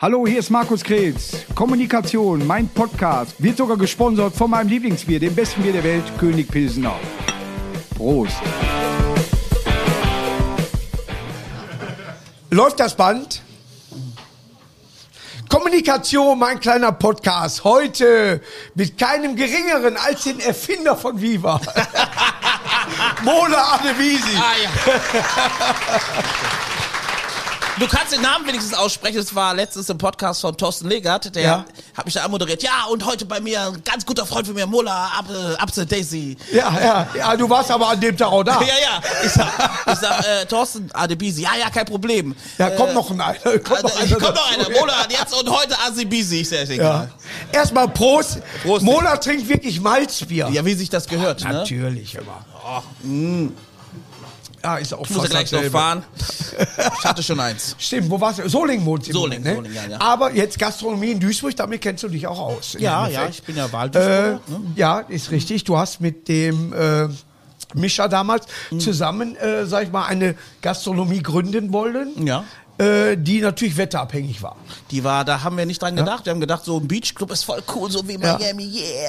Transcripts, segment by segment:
Hallo, hier ist Markus Kretz. Kommunikation, mein Podcast, wird sogar gesponsert von meinem Lieblingsbier, dem besten Bier der Welt, König Pilsener. Prost. Läuft das Band? Kommunikation, mein kleiner Podcast. Heute mit keinem Geringeren als den Erfinder von Viva. Mona Adewisi. Ah, ja. Du kannst den Namen wenigstens aussprechen. Es war letztens im Podcast von Thorsten Legert. Der Ja. hat mich da anmoderiert. Ja, und heute bei mir ein ganz guter Freund von mir, Mola Ab äh, Abse Daisy. Ja, ja, ja, du warst aber an dem Tag auch da. Ja, ja. Ich sag, ich sag äh, Thorsten Adebisi. Ja, ja, kein Problem. Da kommt noch ein einer. Kommt noch, einer kommt also, noch dazu. einer. Mola hat jetzt und heute Adebisi. Ist ja echt Ja. egal. Erstmal Prost. Prost. Mona trinkt wirklich Malzbier. Ja. wie sich das gehört, ne? Natürlich immer. Ja, ist auch Ich muss ja fast gleich noch dasselbe. fahren. Ich hatte schon eins. Stimmt, wo warst du? Solingen wohnt sie. im Solingen, Moment, Solingen, ja, ja. Aber jetzt Gastronomie in Duisburg, damit kennst du dich auch aus. im Ja, Endeffekt. ja, ich bin ja Äh, Wahlduisburger. ne? Ja, ist richtig. Du hast mit dem äh, Mischa damals Mhm. zusammen, äh, sag ich mal, eine Gastronomie gründen wollen, Ja. äh, die natürlich wetterabhängig war. Die war, da haben wir nicht dran gedacht. Wir haben gedacht, so ein Beachclub ist voll cool, so wie Ja. Miami, yeah.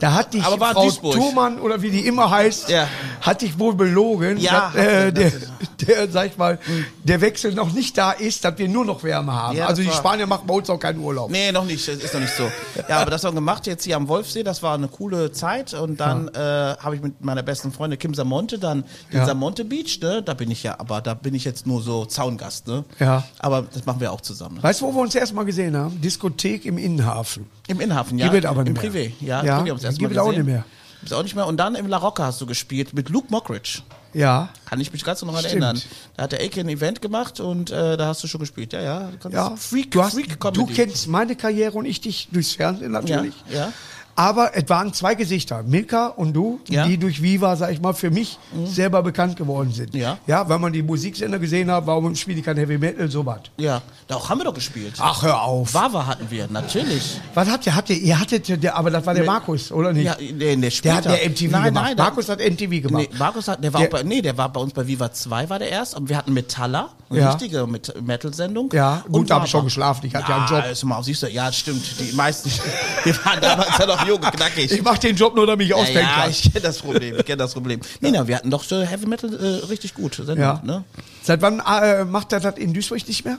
Da hat dich Aber war Frau Duisburg. Thurmann oder wie die immer heißt, Ja. hat dich wohl belogen, Ja, dass, hat äh, sie, der, hat der, sag ich mal, der Wechsel noch nicht da ist, dass wir nur noch Wärme haben. Ja, also das die war- Spanier machen bei uns auch keinen Urlaub. Nee, noch nicht. Das Ist noch nicht so. Ja, aber das haben wir gemacht jetzt hier am Wolfsee. Das war eine coole Zeit. Und dann äh, habe ich mit meiner besten Freundin Kim Samonte dann den Ja. Samonte Beach, ne? Da bin ich ja, aber da bin ich jetzt nur so Zaungast, ne? Ja. Aber das machen wir auch zusammen. Weißt du, wo wir uns erstmal gesehen haben? Diskothek im Innenhafen. Im Innenhafen, ja. Gibt es aber Im nicht mehr. Privé, ja. Ja, Im Privé haben wir uns erst gibt mal es auch gesehen. nicht mehr. Gibt's auch nicht mehr. Und dann im La Rocca hast du gespielt mit Luke Mockridge. Ja. Kann ich mich ganz noch daran Stimmt. erinnern. Da hat der Eke ein Event gemacht und äh, da hast du schon gespielt. Ja, ja. Du kannst- Ja, Freak, du, hast, Freak du kennst meine Karriere und ich dich durchs Fernsehen natürlich. Ja, ja. Aber es waren zwei Gesichter, Milka und du, Ja. Mhm. die durch Viva, sag ich mal, für mich selber bekannt geworden sind. Ja. ja, weil man die Musiksender gesehen hat, warum spielen die kein Heavy Metal, sowas. Ja, da auch haben wir doch gespielt. Ach, hör auf. Wawa hatten wir, natürlich. Was habt ihr? Habt ihr, ihr hattet, ja- der, aber das war der Nee. Markus, oder nicht? Ja, nee, nee, der später. hat der MTV nein, gemacht. Nein, der- Markus hat MTV gemacht. Nee, Markus hat, der war Der- auch bei, nee, der war bei uns bei Viva 2 war der erst, aber wir hatten Metaller, eine Ja. richtige Met Metal-Sendung. Ja, gut, da hab Wawa. ich schon geschlafen, ich hatte ja einen Job. Ist mal, siehst du, ja, stimmt, die meisten, wir waren damals ja noch jung, knackig. Ich mach den Job nur, damit ich ja, ausdenken ja, kann. ich kenne das Problem, ich kenne das Problem. Nee, na, wir hatten doch so Heavy Metal äh, richtig gut, Sendung, Ja. ne? Seit wann äh, macht er das in Duisburg nicht mehr?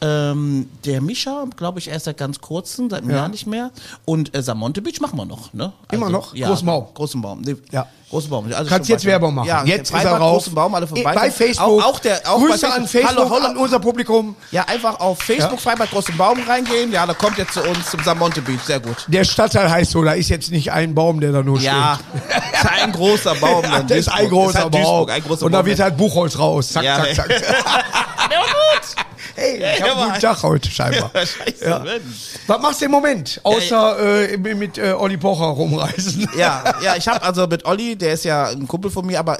Ähm, der Mischa, glaube ich, erst seit ganz kurzem, seit einem Ja. Jahr nicht mehr. Und äh, Samonte Beach machen wir noch, ne? Immer noch? Ja, Großen Baum. Großen Baum. Nee, Ja. Großen Baum. Also Kannst schon jetzt weiter. Werbung machen. Ja, jetzt der ist er Freibad, raus. Äh, Großen Baum, alle vorbei. Bei Facebook. Auch, auch der, auch Grüße bei an Facebook, Hallo, hallo, an unser Publikum. Ja, einfach auf Facebook Ja. Freibad Großen Baum reingehen. Ja, da kommt jetzt zu uns zum Samonte Beach. Sehr gut. Der Stadtteil heißt so, da ist jetzt nicht ein Baum, der da nur Ja, steht. ist ein großer Baum. Ja, dann das ist ein Duisburg. großer halt Baum. Duisburg, ein großer Und da Baum. wird halt Buchholz raus. Zack, Ja, zack, zack. Der war gut. Hey, ich Ja, hab einen aber- guten Tag heute scheinbar. Scheiße, Ja. Mensch. Was machst du im Moment? Außer äh, mit äh, Olli Pocher rumreisen. Ja, ja, ich habe also mit Olli, der ist ja ein Kumpel von mir, aber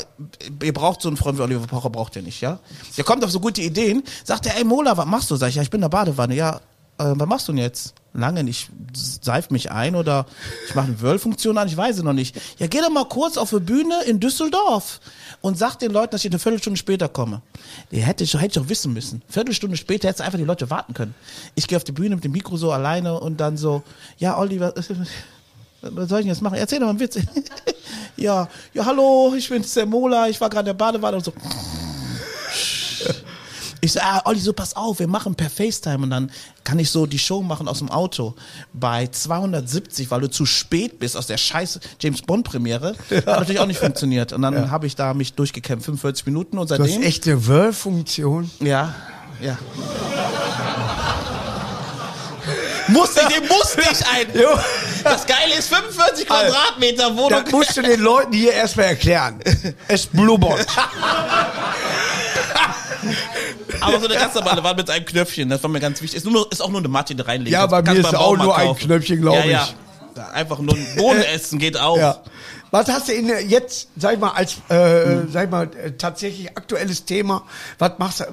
ihr braucht so einen Freund wie Oliver Pocher, braucht ihr nicht, ja? Der kommt auf so gute Ideen, sagt er, ey Mola, was machst du? Sag ich, ja, ich bin in der Badewanne, ja, äh, was machst du denn jetzt? Lange nicht, seif mich ein oder ich mache eine Whirl-Funktion an, ich weiß es noch nicht. Ja, geh doch mal kurz auf eine Bühne in Düsseldorf und sag den Leuten, dass ich eine Viertelstunde später komme. Die hätte ich, hätte ich auch wissen müssen. Viertelstunde später hättest du einfach die Leute warten können. Ich gehe auf die Bühne mit dem Mikro so alleine und dann so, ja, Oliver, was soll ich denn jetzt machen? Erzähl doch mal einen Witz. ja, ja, hallo, ich bin Semola, ich war gerade in der Badewanne und so. Ich so, ah, Olli, so pass auf, wir machen per FaceTime und dann kann ich so die Show machen aus dem Auto bei 270, weil du zu spät bist aus der scheiß James Bond Premiere. Hat natürlich auch nicht funktioniert und dann habe ich da mich durchgekämpft, 45 Minuten und Du hast seitdem echt eine Whirl-Funktion. ja, ja. musste ich, den musste ich ein. Jo. Das Geile ist 45 Quadratmeter Wohnung. Das musst du den Leuten hier erstmal erklären. Es blubbert. Aber so eine ganz normale Wand mit einem Knöpfchen, das war mir ganz wichtig. Ist, nur, ist auch nur eine Matte, die du reinlegst. Ja, bei Kannst mir beim ist auch Baumarkt nur ein Knöpfchen, glaub ja, Ja. Da Einfach nur ein Bohnen essen geht auch. Ja. Was hast du in, der- jetzt, sag ich mal, als, Hm. äh, sag ich mal, äh, tatsächlich aktuelles Thema, was machst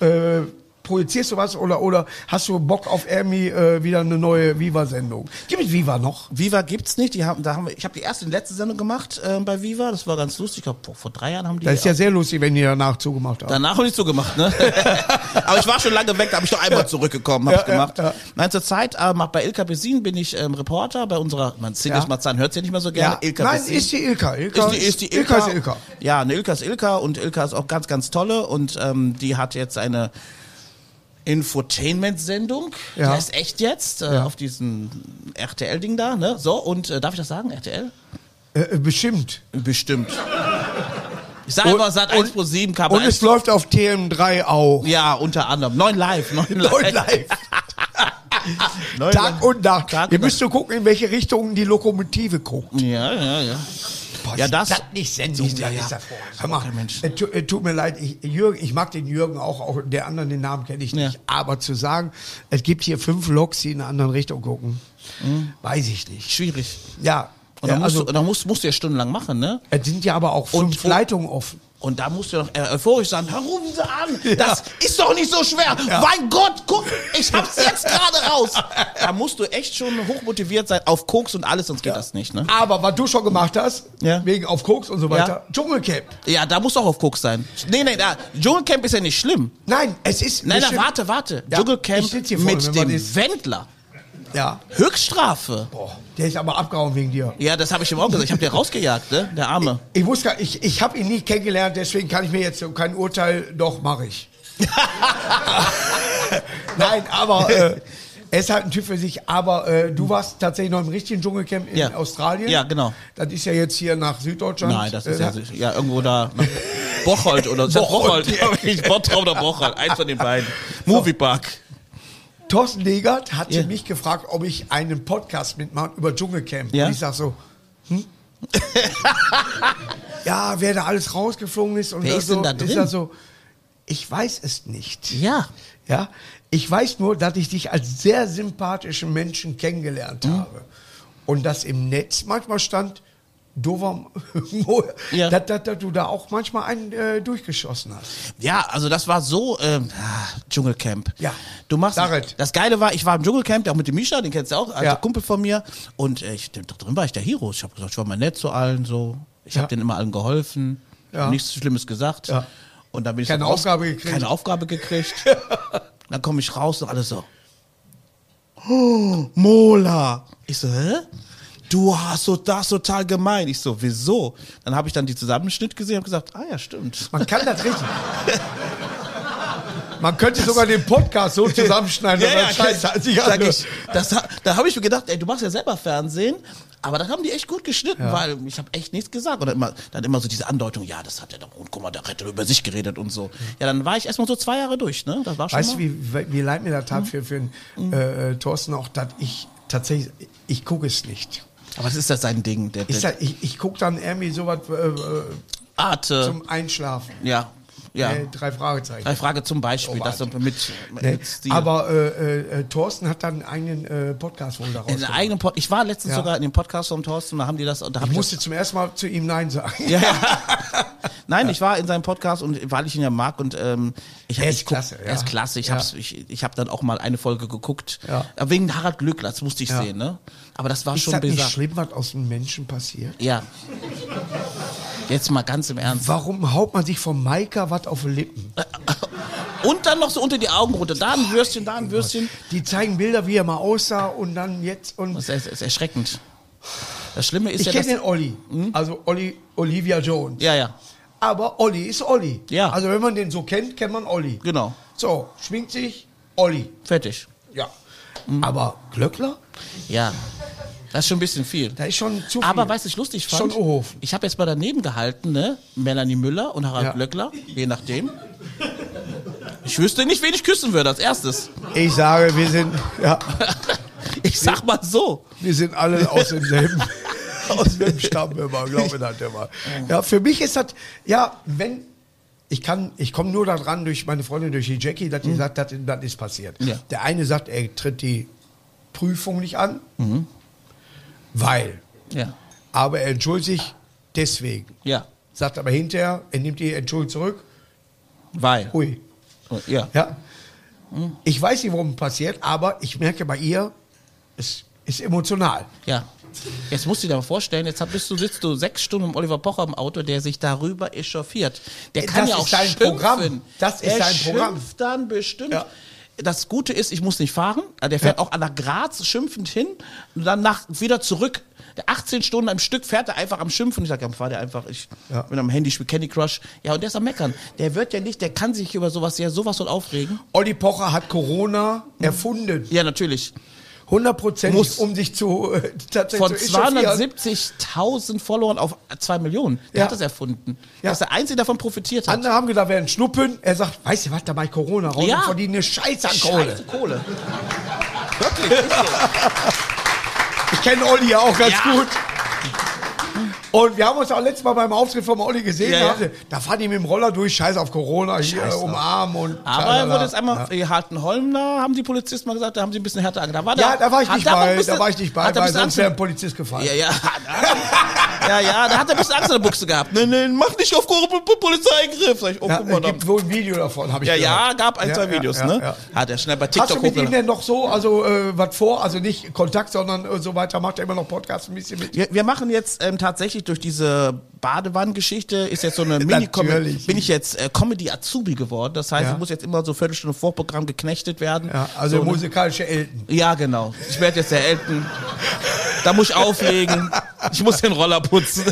du, äh, äh, projizierst du was oder, oder hast du Bock auf Ermi äh, wieder eine neue Viva-Sendung? Gibt es Viva noch? Viva gibt's nicht. Die haben, da haben wir, ich habe die erste und letzte Sendung gemacht äh, bei Viva. Das war ganz lustig. Ich glaub, vor, vor drei Jahren haben die. Das ist ja sehr lustig, wenn die danach zugemacht haben. Danach habe ich zugemacht, ne? Aber ich war schon lange weg, da habe ich doch einmal zurückgekommen, habe ich gemacht. Nein, zurzeit äh, mach- bei Ilka Besin bin ich ähm, Reporter bei unserer, man Sinnes Ja. Marzahn hört sie ja nicht mehr so gerne. Ilka Nein, Besin. ist die Ilka. Ilka Ist die, ist die Ilka. ist Ilka. Ja, eine Ilka ist Ilka und Ilka ist auch ganz, ganz tolle und ähm, die hat jetzt eine Infotainment-Sendung. Ja. Ja. Die ist echt jetzt äh, Ja. auf diesem RTL-Ding da, ne? So, und äh, darf ich das sagen, RTL? Äh, äh, bestimmt. Bestimmt. Ich sage immer, Sat 1 pro 7 kam Und es läuft auf TM3 auch. Ja, unter anderem. Neun live, neun live. Neun live. Neun Tag live. und Nacht. Tag Ihr und müsst nur gucken, in welche Richtung die Lokomotive guckt. Ja, ja, ja. ja, das. nicht Sendung. Ja, das ja. Ist das. Hör mal, Okay, Mensch. äh, tu, äh, tut mir leid, ich, Jürgen, ich mag den Jürgen auch, auch der anderen den Namen kenne ich nicht. Ja. Aber zu sagen, es gibt hier fünf Loks, die in eine andere Richtung gucken, weiß ich nicht. Schwierig. Ja, Hm. Und ja, dann, musst, also du, dann musst, musst du ja stundenlang machen, ne? es sind ja aber auch Und- fünf Leitungen offen. Und da musst du doch äh, euphorisch sagen, Herr, rufen Sie an, das ist doch nicht so schwer. Mein Gott, guck, ich hab's jetzt gerade raus. Da musst du echt schon hochmotiviert sein, auf Koks und alles, sonst geht das nicht, ne? Aber was du schon gemacht hast, Ja. wegen auf Koks und so Ja. weiter, Dschungelcamp. Ja, da musst du auch auf Koks sein. Nee, nee, da, Dschungelcamp ist ja nicht schlimm. Nein, es ist. Nein, nein, bestimmt- warte, warte. Ja, ich Dschungelcamp sitz hier vorne, wenn mit man dem ist. Wendler. Ja. Höchststrafe. Boah, der ist aber abgehauen wegen dir. Ja, das habe ich ihm auch gesagt. Ich habe den rausgejagt, ne? Der Arme. Ich wusste gar ich, ich habe ihn nie kennengelernt, deswegen kann ich mir jetzt so kein Urteil, doch mache ich. Nein, aber äh, er ist halt ein Typ für sich, aber äh, du warst tatsächlich noch im richtigen Dschungelcamp in Ja. Australien. Ja, genau. Das ist ja jetzt hier nach Süddeutschland. Nein, das ist Äh, ja, so- ja irgendwo da. nach Bocholt oder so. Bocholt, Bocholt, ja. glaube ich. Bottrop oder Bocholt. Eins von den beiden. Moviepark. Thorsten Legert hatte Ja. mich gefragt, ob ich einen Podcast mitmache über Dschungelcamp. Ja. Und ich sag so, hm? ja, wer da alles rausgeflogen ist und Wer das ist so, denn da Ich drin? sag so, ich weiß es nicht. Ja. Ja, ich weiß nur, dass ich dich als sehr sympathischen Menschen kennengelernt Hm? habe. Und dass im Netz manchmal stand, dover Mo, Ja. dass, dass, dass du da auch manchmal einen äh, durchgeschossen hast. Ja, also das war so ähm, ah, Dschungelcamp. Ja. Du machst Darit. das Geile war, ich war im Dschungelcamp, auch mit dem Misha, den kennst du auch, alter Ja. Kumpel von mir und äh, ich, da drin war ich der Hero. Ich habe gesagt, ich war mal nett zu allen so. Ich Ja. habe denen immer allen geholfen, Ja. nichts Schlimmes gesagt. Ja. Und dann bin ich Keine raus- Aufgabe gekriegt. Keine Aufgabe gekriegt. dann komme ich raus und alles so. Oh, Mola. Ich so, hä? Du hast so das total gemein. Ich so, wieso? Dann habe ich dann die Zusammenschnitt gesehen und gesagt, ah ja, stimmt. Man kann das richtig. Man könnte sogar den Podcast so zusammenschneiden, Ja, ja, dass er scheiße sag als ich, ich anhört. das, ha- da habe ich mir gedacht, ey, du machst ja selber Fernsehen, aber dann haben die echt gut geschnitten, weil ich habe echt nichts gesagt. Oder immer, dann immer so diese Andeutung, ja, das hat er doch, und guck mal, der hat über sich geredet und so. Ja, dann war ich erstmal so zwei Jahre durch, ne? Das war schon Mhm. Weißt mal. Hm? du, wie, wie- wie leid mir das tat für, für den, äh, äh, Thorsten auch, dass ich tatsächlich, ich, ich gucke es nicht. aber das ist das sein Ding, der, der Ist das, ich ich gucke dann irgendwie sowas äh, äh, Arte. zum Einschlafen. ja, ja. Äh, drei Fragezeichen. Eine Frage zum Beispiel, dass du mit, Oh, Nee, mit Stil- aber äh, äh, äh, Thorsten hat dann einen eigenen äh, Podcast wohl daraus. in gemacht. eigenen Pod Ich war letztens Ja. sogar in dem Podcast von Thorsten, da haben die das, und da hab Ich ich das- musste zum ersten Mal zu ihm Nein sagen. Ja, ja. Nein, ich war in seinem Podcast und weil ich ihn ja mag und ähm, ich, Er ist ich guck- klasse, ja. Er ist klasse. Ich Ja. hab's, ich, ich habe dann auch mal eine Folge geguckt. Ja. Aber Wegen Harald Glöckler, das musste ich sehen, ne? Aber das war Ist schon das nicht bizarr. schlimm, was aus dem Menschen passiert? Ja. Jetzt mal ganz im Ernst. Warum haut man sich von Maika was auf die Lippen? Und dann noch so unter die Augen runter. Da ein Würstchen, da Oh ein Würstchen. Die zeigen Bilder, wie er mal aussah und dann jetzt und. Das ist, ist erschreckend. Das Schlimme ist Ich ja, kenne dass. den Olli, also Olli, Olivia Jones. Ja, ja. Aber Olli ist Olli. Ja. Also wenn man den so kennt, kennt man Olli. Genau. So, schminkt sich Olli. Fertig. Ja. Hm. Aber Glöckler? Ja. Das ist schon ein bisschen viel. Da ist schon zu viel. Aber weißt du, was ich lustig fand? Schon Ohofen. Ich habe jetzt mal daneben gehalten, ne? Melanie Müller und Harald Ja. Glöckler, je nachdem. Ich wüsste nicht, wen ich küssen würde als erstes. Ich sage, wir sind, ja, Ich sag mal so. wir sind alle aus demselben, aus dem Stamm immer, glaube ich das immer. Ja, für mich ist das, ja, wenn, ich kann, ich komme nur daran durch meine Freundin, durch die Jackie, dass die sagt, das, das ist passiert. Ja. Der eine sagt, er tritt die Prüfung nicht an, weil, Ja. aber er entschuldigt sich deswegen. Ja. Sagt aber hinterher, er nimmt die Entschuldigung zurück, Weil. hui. Ja. Ja. Ich weiß nicht, warum es passiert, aber ich merke bei ihr, es ist emotional. Ja. Jetzt musst du dir mal vorstellen, jetzt hab- bist du, sitzt du sechs Stunden im Oliver Pocher im Auto, der sich darüber echauffiert. Der kann Das ja ist auch sein schimpfen. Programm. Das ist der sein Programm. schimpft dann bestimmt. Ja. Das Gute ist, ich muss nicht fahren. Also Der fährt auch an der Graz schimpfend hin und dann nach, wieder zurück. Der 18 Stunden am Stück fährt er einfach am Schimpfen. Ich sage, ja, fahr der einfach. Ich Ja. bin am Handy, spiele Candy Crush. Ja, und der ist am Meckern. Der wird ja nicht, der kann sich über sowas ja sowas von aufregen. Olli Pocher hat Corona erfunden. Ja, natürlich. 100 Muss. um sich zu äh, tatsächlich von zu echauffieren. 270.000 Followern auf 2 Millionen. Der Ja. hat das erfunden. Ja. Er ist der Einzige, der davon profitiert hat. Andere haben gedacht, werden schnuppeln. Er sagt, weißt du was, da mach ich Corona raus Ja. und verdiene eine Scheiße an Kohle. Scheiße Kohle. Wirklich, ist so. Ich kenne Olli ja auch ganz Ja. gut. Und wir haben uns auch letztes Mal beim Auftritt von Olli gesehen. Ja, da ja. haben sie- Da fahren die mit dem Roller durch, Scheiß auf Corona, hier Scheiß drauf. umarmen und. Aber er tralala. wurde jetzt einmal, ja. Hartenholm, da haben die Polizisten mal gesagt, da haben sie ein bisschen härter angegangen. Ja, da war ich hat nicht er aber ein bei, bisschen- da war ich nicht bei, hat er ein weil bisschen sonst wäre ein Angst- Polizist gefallen. ja, ja, ja, ja, da hat er ein bisschen Angst in der Buchse gehabt. Nein, nein, mach nicht auf Ko- P- Polizeigriff. Sag ich, oh, Ja, guck mal, es da. gibt wohl ein Video davon, habe ich ja, gehört. ja, gab ein, Ja, zwei ja, Videos, ja, ne? ja. Hat er schnell bei Hast TikTok du mit ihm hochgeladen. denn noch so, also äh, was vor? Also nicht Kontakt, sondern äh, so weiter. Macht er immer noch Podcast ein bisschen mit? Wir, wir machen jetzt ähm, tatsächlich durch diese Badewannengeschichte ist jetzt so eine Mini-Comedy. Natürlich. Bin ich jetzt äh, Comedy Azubi geworden. Das heißt, Ja. ich muss jetzt immer so Viertelstunde Vorprogramm geknechtet werden. Ja, also so, ne? musikalische Elten. ja genau. Ich werde jetzt der Elton. Da muss ich auflegen. Ich muss den Roller putzen.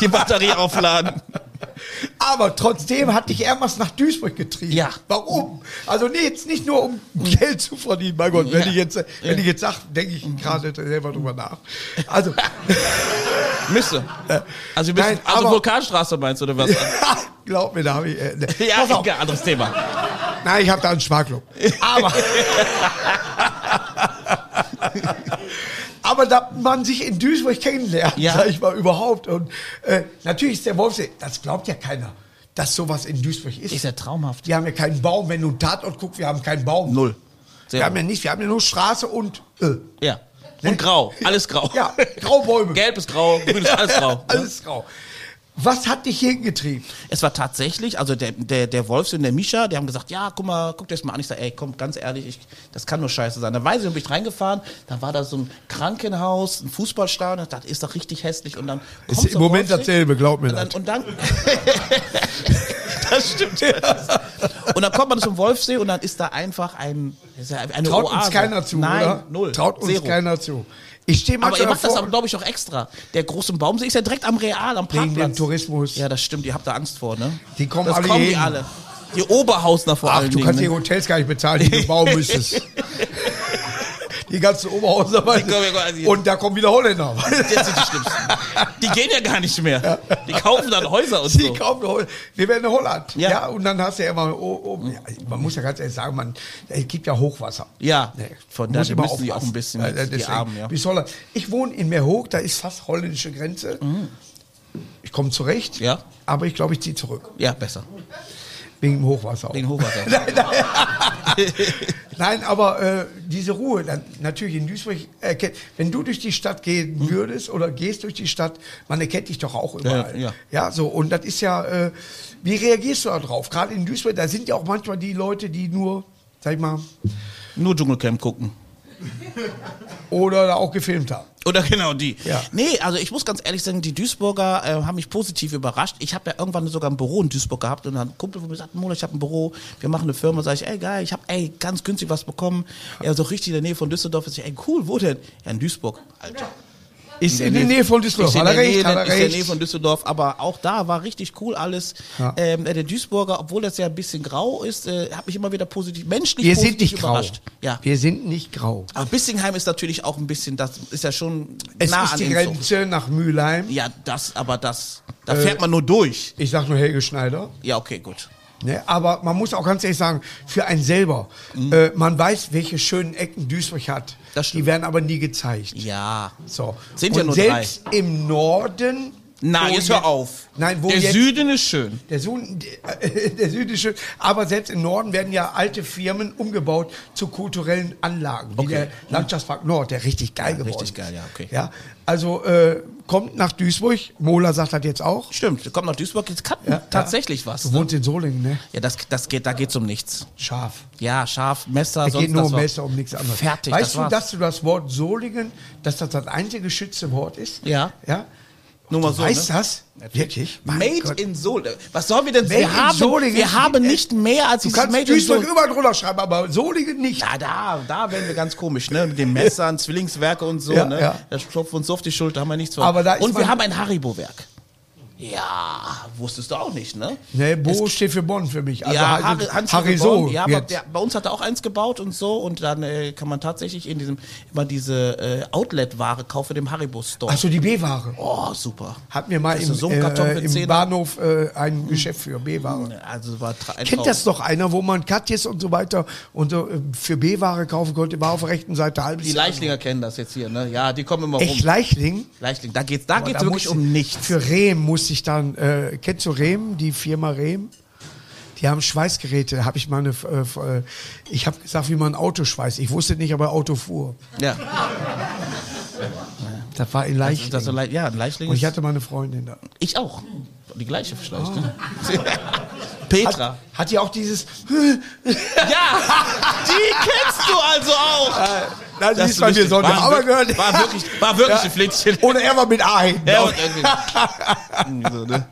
Die Batterie aufladen. Aber trotzdem hat dich irgendwas nach Duisburg getrieben. Ja. Warum? Also nee, jetzt nicht nur um Geld zu verdienen. Mein Gott, wenn Ja. Mhm. ich jetzt, äh, wenn ich jetzt sage, denke ich gerade selber drüber nach. Also Müsse. Also, wir müssen, Nein, also aber- Vulkanstraße meinst du oder was? glaub mir, da habe ich. Äh, ne. Ja, Pass auf. egal, anderes Thema. Nein, ich habe da einen Sparklub. Aber Aber da man sich in Duisburg kennenlernt, Ja. sag ich mal, überhaupt. Und äh, natürlich ist der Wolfsee, das glaubt ja keiner, dass sowas in Duisburg ist. Ist ja traumhaft. Wir haben ja keinen Baum. Wenn du einen Tatort guckst, wir haben keinen Baum. Null. Wir Sehr haben ja nicht, wir haben ja nur Straße und äh, ja. Und grau. Alles grau. ja, Graubäume. Gelb ist grau, grün ist alles grau. ne? Alles grau. Was hat dich hingetrieben? Es war tatsächlich, also der, der, der Wolfs und der Mischa, die haben gesagt, ja, guck mal, guck dir das mal an. Ich sag, ey, komm, ganz ehrlich, ich, das kann nur scheiße sein. Dann weiß ich, dann bin ich reingefahren, dann war da so ein Krankenhaus, ein Fußballstadion, ich dachte, ist doch richtig hässlich. Und dann kommt so Wolfsee- glaub mir dann, und dann. das stimmt. Und dann kommt man zum Wolfsee und dann ist da einfach ein, ist ja eine Traut Oase. uns keiner zu, Nein, oder? null. Traut uns Zero. keiner zu. Ich stehe Aber manchmal ihr macht das, davor und glaube ich, auch extra. Der große Baumsee ist ja direkt am Real, am Parkplatz. wegen dem Tourismus. Ja, das stimmt, ihr habt da Angst vor, ne? Die kommen das alle kommen die jeden. alle. Die Oberhausner vor Ach, allen du kannst die Dingen. ne? Hotels gar nicht bezahlen, die du bauen müsstest. die ganzen Oberhauser. weißt Die kommen ja quasi- du. Und da kommen wieder Holländer. Das sind die Schlimmsten. ne? Die gehen ja gar nicht mehr. Die kaufen dann Häuser und Die so. kaufen Holl- Wir werden in Holland. Ja. Ja. und dann hast du ja immer. Oh, oh, ja, man muss ja ganz ehrlich sagen, man, es gibt ja Hochwasser. Ja, Nee, von muss daher immer müssen die auch aufpassen. ein bisschen, Ja, die deswegen, Armen, ja. Bis Holland. Ich wohne in Meerhoog, da ist fast holländische Grenze. Ich komme zurecht, Mhm. Ja. aber ich glaube, ich ziehe zurück. Ja, besser. Wegen dem Hochwasser. auch. Wegen Hochwasser. nein, nein. nein, aber äh, diese Ruhe, dann, natürlich in Duisburg, erkennt, wenn du durch die Stadt gehen Hm. würdest oder gehst durch die Stadt, man erkennt dich doch auch überall. ja. Ja, so, und das ist ja, äh, wie reagierst du da drauf? Gerade in Duisburg, da sind ja auch manchmal die Leute, die nur, sag ich mal, Nur Dschungelcamp gucken. oder da auch gefilmt haben. Oder genau die. Ja. Nee, also ich muss ganz ehrlich sagen, die Duisburger äh, haben mich positiv überrascht. Ich habe ja irgendwann sogar ein Büro in Duisburg gehabt und dann ein Kumpel von mir sagt, Mola, ich habe ein Büro, wir machen eine Firma. Sag ich, ey geil, ich habe ey ganz günstig was bekommen. Ja, so richtig in der Nähe von Düsseldorf. Sag ich, ey cool, wo denn? Ja, in Duisburg. Alter. Ist in der Nähe von Düsseldorf. Ist in Hat er der Nähe, recht, hat er ist in der Nähe recht. von Düsseldorf, aber auch da war richtig cool alles. Ja. Ähm, der Duisburger, obwohl das ja ein bisschen grau ist, äh, hat mich immer wieder positiv, menschlich Wir positiv sind nicht grau. überrascht. Ja. Wir sind nicht grau. Aber Bissingheim ist natürlich auch ein bisschen, das ist ja schon Es nah ist an die Innsbruck. Grenze Äh. nach Mülheim. Ja, das, aber das, da fährt man nur durch. Ich sag nur Helge Schneider. Ja, okay, gut. Ne, aber man muss auch ganz ehrlich sagen, für einen selber, äh, man weiß, welche schönen Ecken Duisburg hat. Mhm. Das stimmt. Die werden aber nie gezeigt. Ja. So. Sind Und ja nur selbst im Norden Na, Wo jetzt jetzt- hör auf. Nein, wo Der jetzt- Süden ist schön. Der, Süden, der südische, aber selbst im Norden werden ja alte Firmen umgebaut zu kulturellen Anlagen, wie Okay. der Landschaftspark Nord, der richtig geil geworden richtig ist. geil, ja, okay. Ja, also äh, kommt nach Duisburg, Mola sagt das jetzt auch. Stimmt, kommt nach Duisburg, jetzt kann tatsächlich was. Du wohnst in Solingen, ne? Ja, das, das geht, da geht's um nichts. Scharf. Ja, scharf, Messer, Es Also sonst geht nur was um war- Messer, um nichts anderes. Fertig, weißt das du, war's. dass du das Wort Solingen, dass das das einzige geschützte Wort ist? Ja. ja? Nur mal so, weißt ne? das? Wirklich? Mein Made Gott. in Solingen. Was sollen wir denn? Made in wir haben, Solingen. Äh, wir haben nicht mehr als Du dieses kannst Made in Duisburg Solingen. überall drüber schreiben, aber Solingen nicht. Da, da, da werden wir ganz komisch, ne? Mit den Messern, Zwillingswerke und so, Ja, ne? ja. Da klopfen wir uns so auf die Schulter, haben wir nichts von. Aber da ist und wir man- haben ein Haribo-Werk. Ja, wusstest du auch nicht, ne? Ne, Bo steht für Bonn für mich. Also ja, Harry- Harry, Hans Harry Harrison, So ja, aber jetzt. der, bei uns hat er auch eins gebaut und so und dann äh, kann man tatsächlich in diesem immer diese äh, Outlet-Ware kaufen im Haribo Store. Ach so, die B-Ware. Oh, super. Hat mir mal Kriegst du im, so einen Karton für äh, im 10? Bahnhof äh, ein Geschäft für B-Ware. Also war tra- ein Kennt Traum. das doch einer, wo man Katjes und so weiter und so, äh, für B-Ware kaufen konnte, war auf der rechten Seite halb. Die Leichlinger kennen das jetzt hier, ne? Ja, die kommen immer Echt rum. Leichling? Leichling, da geht's, da Boah, geht's da wirklich muss- um nichts. Für Rehm musste ich dann, äh, kennst du Rehm, die Firma Rehm? Die haben Schweißgeräte, habe ich mal eine, äh, f- äh, ich habe gesagt, wie man ein Auto schweißt. Ich wusste nicht, aber Auto fuhr. Ja, Das war in Leichling. das so Le ja, ein Leichling. und ich ist- hatte mal eine Freundin da. ich auch. Die gleiche vielleicht. Ne? Petra. Hat, hat die auch dieses. Ja, die kennst du also auch. Nein, Das ist richtig. War Aber wir- gehört. war wirklich- war wirklich ein Flittchen. Oder er war mit A hinten. Oh, Ja, drauf. und irgendwie- irgendwie so, ne?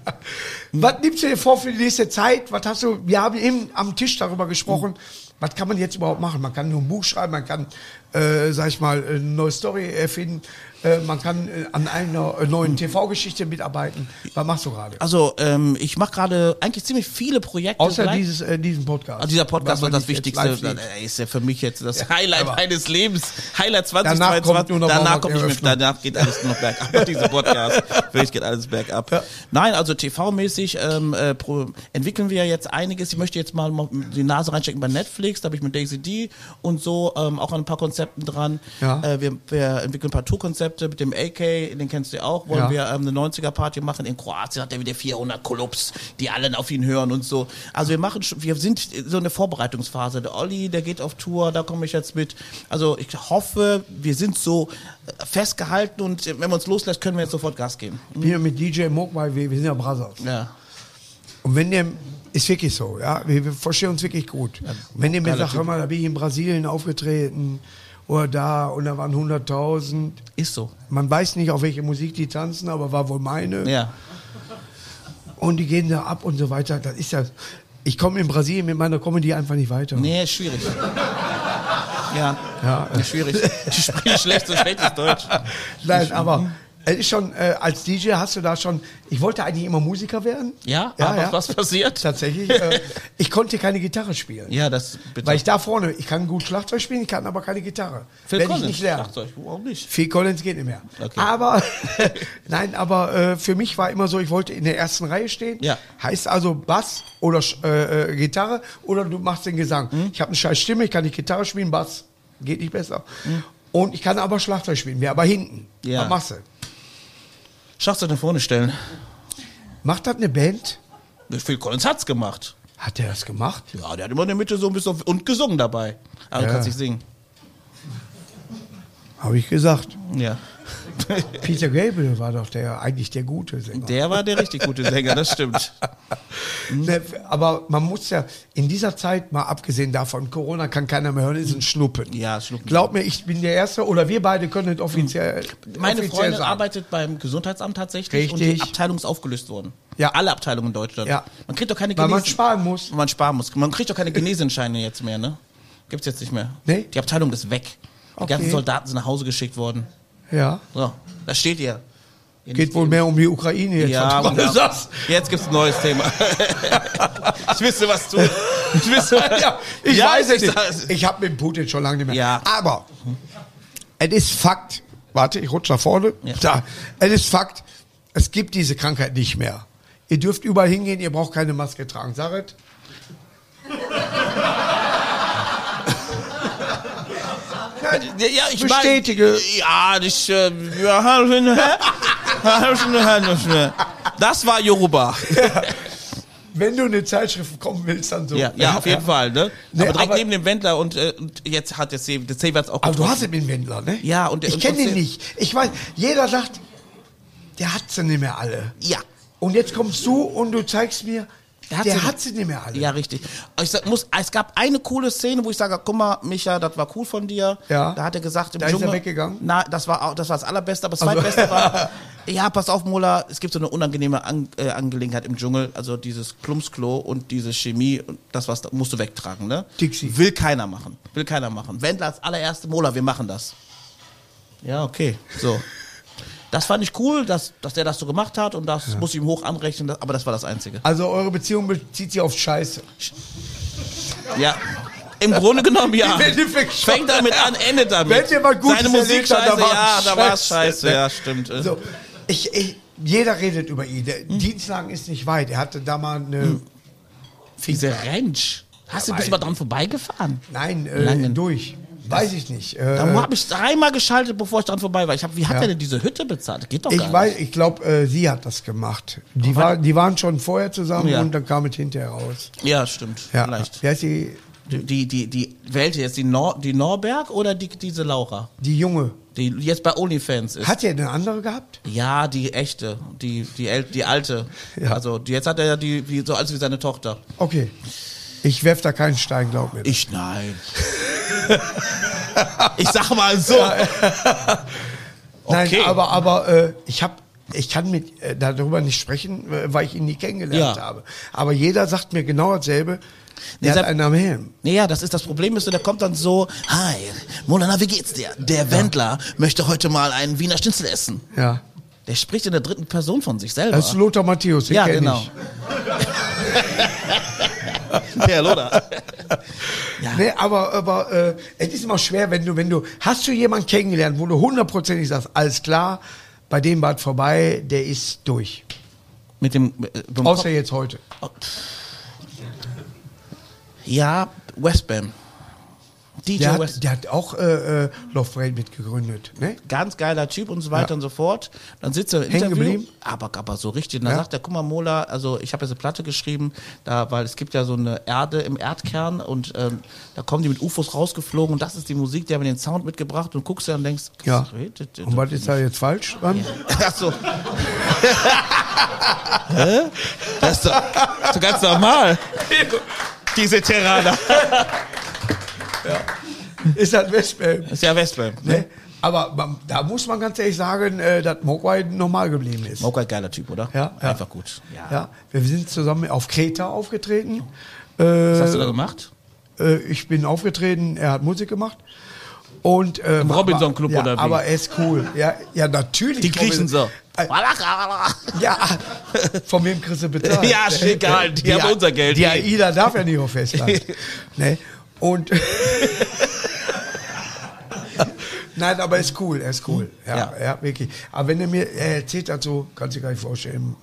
Was nimmst du dir vor für die nächste Zeit? Was hast du? Wir haben eben am Tisch darüber gesprochen. Was kann man jetzt überhaupt machen? Man kann nur ein Buch schreiben, man kann, äh, sag ich mal, eine neue Story erfinden, äh, man kann äh, an einer äh, neuen TV-Geschichte mitarbeiten. Was machst du gerade? Also, ähm, ich mache gerade eigentlich ziemlich viele Projekte. Außer gleich. dieses, äh, diesen Podcast. Also dieser Podcast war Wenn man das dich jetzt Wichtigste. live sieht. Ey, Ist ja für mich jetzt das Ja, Highlight aber- meines Lebens. Highlight Danach 2022. kommt nur noch danach Baumarkt kommt nicht mehr, Eröffnung. danach geht alles nur noch bergab. dieser Podcast. Wirklich geht alles bergab. Nein, also TV-mäßig ähm, äh, pro- entwickeln wir jetzt einiges. Ich möchte jetzt mal mo- die Nase reinstecken bei Netflix. Da habe ich mit Daisy D und so ähm, auch an ein paar Konzepten dran. Ja. Äh, wir, wir entwickeln ein paar Tourkonzepte mit dem AK, den kennst du ja auch. Wollen Ja. wir ähm, eine 90er-Party machen in Kroatien, hat er wieder 400 Clubs, die alle auf ihn hören und so. Also wir machen, schon- wir sind so eine Vorbereitungsphase. Der Olli, der geht auf Tour, da komme ich jetzt mit. Also ich hoffe, wir sind so äh, festgehalten und äh, wenn man uns loslässt, können wir jetzt sofort Gas geben. Ich bin ja mit DJ Mogwai, wir, wir sind ja Brothers. Ja. Und wenn der, ist wirklich so, ja, wir, wir verstehen uns wirklich gut. Und wenn der mir geiler sagt, Typ. hör mal, da bin ich in Brasilien aufgetreten oder da und da waren 100.000, Ist so. man weiß nicht, auf welche Musik die tanzen, aber war wohl meine. Ja. Und die gehen da ab und so weiter, das ist ja, ich komme in Brasilien mit meiner Comedy einfach nicht weiter. Nee, ist schwierig. Ja. Ja, Ist schwierig. Ich spreche schlecht, so schlechtes Deutsch. Nein, Mhm. aber es ist schon, äh, als DJ hast du da schon, ich wollte eigentlich immer Musiker werden. Ja, Ja, aber ja. was passiert? Tatsächlich, äh, ich konnte keine Gitarre spielen. Ja, das bitte. Weil ich da vorne, ich kann gut Schlagzeug spielen, ich kann aber keine Gitarre. Phil wenn Collins, ich nicht lerne. sagt euch, Warum nicht? Phil Collins geht nicht mehr. Okay. Aber nein, aber äh, für mich war immer so, ich wollte in der ersten Reihe stehen. Ja. Heißt also Bass oder Sch- äh, äh, Gitarre oder du machst den Gesang. Mhm. Ich habe eine scheiß Stimme, ich kann nicht Gitarre spielen, Bass geht nicht besser. Und ich kann aber Schlagzeug spielen, wäre aber hinten. Mhm. Ja. Was machst du? Schaffst du nach vorne stellen? Macht das eine Band? Phil Collins hat's gemacht. Hat der das gemacht? Ja, der hat immer in der Mitte so ein bisschen und gesungen dabei. Aber Ja. du kannst nicht singen. Habe ich gesagt. Ja. Äh. Peter Gabriel war doch der eigentlich der gute Sänger. Der war der richtig gute Sänger, das stimmt. Hm? Ne, aber man muss ja in dieser Zeit, mal abgesehen davon, Corona kann keiner mehr hören, ist ein Schnuppen. Hm. Ja, Schnuppen. Glaub mir, ich bin der Erste oder wir beide können es offiziell. Hm. Meine offiziell Freundin sagen. arbeitet beim Gesundheitsamt tatsächlich und Richtig. die Abteilung ist aufgelöst worden. Ja. Alle Abteilungen in Deutschland. Ja. Man kriegt doch keine Weil man Genesen- sparen muss. Man sparen muss. Man kriegt doch keine Genesenscheine jetzt mehr, ne? Gibt's jetzt nicht mehr. Nee? Die Abteilung ist weg. Die Okay. ganzen Soldaten sind nach Hause geschickt worden. Ja. So, da steht ihr. Ihr Geht wohl mehr um die Ukraine jetzt. Ja, was du genau. sagst. jetzt gibt's ein neues Thema. ich wüsste, was du. Ich wüsste, was ja, ich weiß es nicht. sag's. Ich habe mit Putin schon lange nicht mehr. Ja. Aber es ist Fakt. Warte, ich rutsche nach vorne. Ja. Da. Es ist Fakt. Es gibt diese Krankheit nicht mehr. Ihr dürft überall hingehen, ihr braucht keine Maske tragen. Sag es. Ja, ich Bestätige. Mein, ja, ich. Äh, ja, hä? Das war Yoruba. Wenn du eine Zeitschrift bekommen willst, dann so. Ja, ja auf jeden Fall. Ne? Nee, aber direkt aber- neben dem Wendler und, äh, und jetzt hat der Save, der Save hat's auch Aber du getroffen. hast ihn mit dem Wendler, ne? Ja, und- Ich und- kenne und- ihn nicht. Ich weiß, jeder sagt, der hat sie nicht mehr alle. Ja. Und jetzt kommst du und du zeigst mir, Der hat der sie- hat sie nicht mehr alle. Ja, richtig. Aber Ich sag, muss, es gab eine coole Szene, wo ich sage, guck mal, Micha, das war cool von dir. Ja. Da hat er gesagt, im Da ist er Dschungel. weggegangen? Na, das war auch, das war das allerbeste, aber das zweitbeste war. Ja, pass auf, Mola, es gibt so eine unangenehme An äh, Angelegenheit im Dschungel, also dieses Klumpsklo und diese Chemie, und das was da musst du wegtragen, ne? Dixie. Will keiner machen. Will keiner machen. Wendler als allererste Mola, wir machen das. Ja, okay. So. Das fand ich cool, dass, dass der das so gemacht hat und das muss ich ihm hoch anrechnen, das- aber das war das Einzige. Also eure Beziehung bezieht sich auf Scheiße. Ja. Im Grunde genommen ja. Im Endeffekt schon. Fängt damit an, endet damit. Wenn ihr mal Gutes Seine Musik erlebt scheiße, habt, da war's ja, da war es scheiße. scheiße, ja, stimmt. So, Also, ich, ich, jeder redet über ihn. Der Mhm. Dienstlagen ist nicht weit. Er hatte da mal eine. Diese Ranch. Hast du bist du mal dran vorbeigefahren? Nein, äh, Langen. durch. Weiß ich nicht. Da Äh, habe ich dreimal geschaltet, bevor ich dran vorbei war. Ich hab, wie hat Ja. er denn diese Hütte bezahlt? Geht doch gar ich nicht. weiß, ich glaube, äh, sie hat das gemacht. Die, war, die waren schon vorher zusammen Ja. und dann kam es hinterher raus. Ja, stimmt. Ja. Vielleicht. Wie heißt die, Die, die, die, welche jetzt? Die, Nor die Norberg oder die, diese Laura? die Junge? Die jetzt bei OnlyFans ist. Hat er eine andere gehabt? ja, die echte. Die, die, El die alte. Ja. Also, die, jetzt hat er ja die, wie, so alt wie seine Tochter. Okay. Ich werf da keinen Stein, glaub mir. Ich nein. ich sag mal so. Nein, okay. aber, aber äh, ich habe. Ich kann mit, äh, darüber nicht sprechen, äh, weil ich ihn nie kennengelernt Ja. habe. Aber jeder sagt mir genau dasselbe. Der hat Deshalb- einen am Helm. Naja, das ist das Problem, ist, so, der kommt dann so, hi, Molana, wie geht's dir? Der Wendler möchte heute mal einen Wiener Schnitzel essen. Ja. Der spricht in der dritten Person von sich selber. Das ist Lothar Matthäus, den ja, kenn genau. ich. der Loder. Nee, aber, aber äh, es ist immer schwer, wenn du, wenn du, hast du jemanden kennengelernt, wo du hundertprozentig sagst, alles klar, bei dem war es vorbei, der ist durch. Mit dem, äh, beim Außer jetzt heute. ja, Westbam. DJ Der West. hat, der hat auch äh, äh, Love Parade mitgegründet, ne? ganz geiler Typ und so weiter Ja. und so fort. Dann sitzt er im Hängen Interview, geblieben? aber aber so richtig. Und dann Ja. sagt er, guck mal, Mola, also ich habe jetzt eine Platte geschrieben, da, weil es gibt ja so eine Erde im Erdkern und ähm, da kommen die mit UFOs rausgeflogen und das ist die Musik, die haben den Sound mitgebracht und guckst ja und denkst, was Ja. redet ihr Und was denn? ist da jetzt falsch dran? Ach so. Hä? Das ist doch, das ist doch ganz normal. Diese Terraner. Ist das Westbam, Das ist ja Westbam. ne? Aber man, da muss man ganz ehrlich sagen, äh, dass Mogwai normal geblieben ist. Mokka, geiler Typ, oder? Ja, ja. Einfach gut. Ja. Ja, wir sind zusammen auf Kreta aufgetreten. Äh, Was hast du da gemacht? Äh, ich bin aufgetreten, er hat Musik gemacht. Und, äh, Im Robinson Club ja, oder wie? Aber er ist cool. Ja, ja natürlich. Die Griechen Äh, so. Robinson- Äh, Ja, von wem kriegst du bezahlt? Ne? Ja, ist egal, die haben unser Geld. Die AIDA darf ja nicht auf Festland. ne? Und. Nein, aber er ist cool, er ist cool. Ja, ja. Hm? Ja. wirklich. Aber wenn er mir er erzählt dazu, kannst du dir gar nicht vorstellen.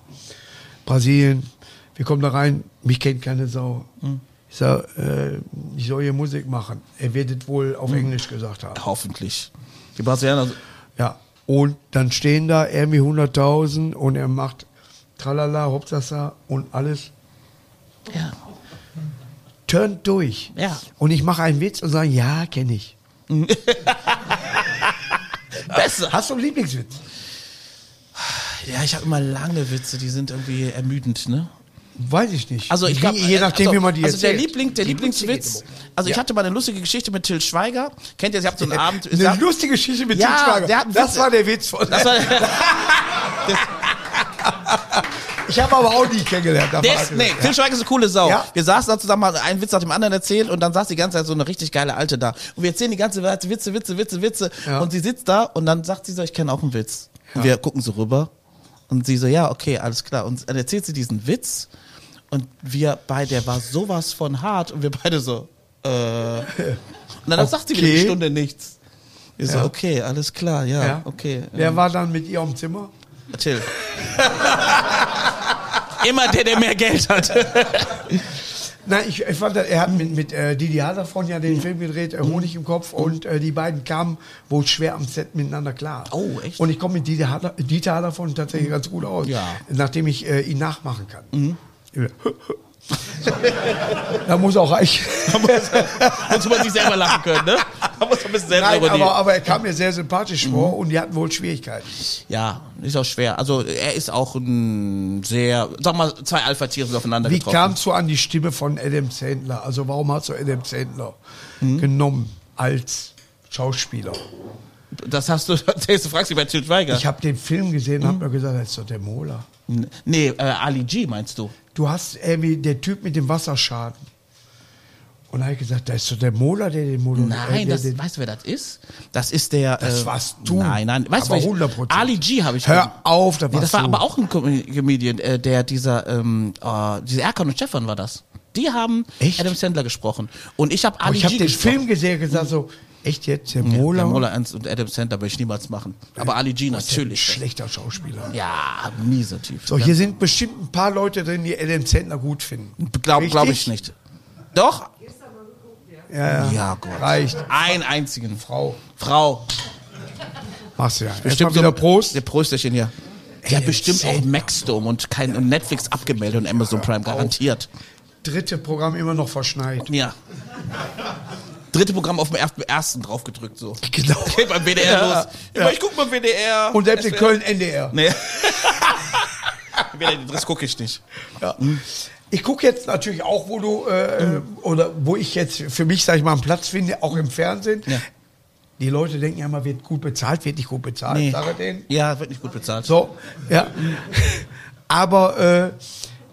Brasilien, wir kommen da rein, mich kennt keine Sau. Hm. Ich sag, äh, ich soll hier Musik machen. Er wird es wohl Hm. auf Englisch gesagt haben. Hoffentlich. Die Brasilianer. Ja, und dann stehen da irgendwie 100.000 und er macht Tralala, Hopsasa und alles. Ja. Turnt durch. Ja. Und ich mache einen Witz und sage, ja, kenne ich. Besser. Hast du einen Lieblingswitz? Ja, ich habe immer lange Witze, die sind irgendwie ermüdend, ne? Weiß ich nicht. Also ich Wie- glaub, je nachdem, also, wie man die Also der erzählt. Liebling, der Die Lieblingswitz. Witze geht Also ich Ja. hatte mal eine lustige Geschichte mit Till Schweiger. Kennt ihr, ihr habt so einen Abend. Eine ihr habt- lustige Geschichte mit Ja, Til Schweiger. der hat einen Das Witz. war der Witz von. das war, ich habe aber auch nicht kennengelernt. darf man der ist, halt nee, sagen. Till Schweiger ist eine coole Sau. Ja. Wir saßen da zusammen, haben einen Witz nach dem anderen erzählt und dann saß die ganze Zeit so eine richtig geile Alte da. Und wir erzählen die ganze Zeit Witze, Witze, Witze, Witze. Ja. Und sie sitzt da und dann sagt sie so, ich kenne auch einen Witz. Und wir gucken so rüber. Und sie so, ja, okay, alles klar. Und dann erzählt sie diesen Witz. Und wir beide, der war sowas von hart. Und wir beide so, äh. Und dann sagt sie wieder eine Okay. Stunde nichts. Wir so, Ja. okay, alles klar, ja, Ja. okay. ähm. Wer war dann mit ihr im Zimmer? Till. Immer der, der mehr Geld hat. Nein, ich, ich fand, das- er hat mit, mit äh, Didi Hadafron ja Hm. den Film gedreht, äh, Honig im Kopf, und äh, die beiden kamen wohl schwer am Set miteinander klar. Oh, echt? Hm. Und ich komme mit Didi Hader, Dieter Hadafron tatsächlich ganz gut aus, Ja. Hm. nachdem ich äh, ihn nachmachen kann. da muss auch reichen. Sonst muss man sich selber lachen können, ne? Man muss ein bisschen selber Nein, übernehmen. aber, aber er kam mir sehr sympathisch vor und die hatten wohl Schwierigkeiten. Ja, Hm. ist auch schwer. Also er ist auch ein sehr, sag mal, zwei Alpha-Tiere sind aufeinander Wie getroffen. kamst du an die Stimme von Adam Sandler? Also warum hast du Adam Sandler Hm. genommen als Schauspieler? Das hast du, du fragst dich bei Til Schweiger. Ich habe den Film gesehen Mhm. und habe mir gesagt, das ist doch der Mola. N- nee, äh, Ali G meinst du? Du hast irgendwie der Typ mit dem Wasserschaden. Und da habe ich gesagt, da ist doch der Mola, der den Mola. Nein, äh, der, das, den, weißt du, wer das ist? Das ist der. Das äh, warst du. Nein, nein, weißt Aber du, 100%. Ali G habe ich. hör auf, da Nee, warst das war du. aber auch ein Com- Comedian, äh, der dieser, ähm, äh, dieser Erkan und Stefan war das. Die haben Echt? Adam Sandler gesprochen. Und ich habe Aber Ali ich habe G den gesprochen. Film gesehen und gesagt so, echt jetzt, der Mola? Ja, Mola Ernst und Adam Sandler würde ich niemals machen. Aber Ali G Ist ja ein natürlich. Schlechter Schauspieler. Ja, mieser Typ. So, hier sind bestimmt ein paar Leute drin, die Adam Sandler gut finden. Glaube glaub ich Richtig? nicht. Doch? Ja, ja. Ja, Gott. Reicht. Einen einzigen. Frau. Frau. Machst du ja. Bestimmt Erstmal wieder so- Prost. Der Prosterchen hier. Ja, bestimmt auch Sandler. Maxdome und, kein, und Netflix abgemeldet und Amazon Prime garantiert. Dritte Programm immer noch verschneit. Ja. Dritte Programm auf dem ersten- ersten draufgedrückt so. Genau. Geht beim WDR Ja, los. Immer, Ich guck mal WDR. Und selbst in Köln NDR. Nee. WDR, das gucke ich nicht. Ja. Hm. Ich gucke jetzt natürlich auch, wo du äh, Hm. oder wo ich jetzt für mich, sag ich mal, einen Platz finde, auch im Fernsehen. Ja. Die Leute denken ja immer, wird gut bezahlt, wird nicht gut bezahlt. Nee. Sag ich denen. Ja, wird nicht gut bezahlt. So, ja. Aber äh,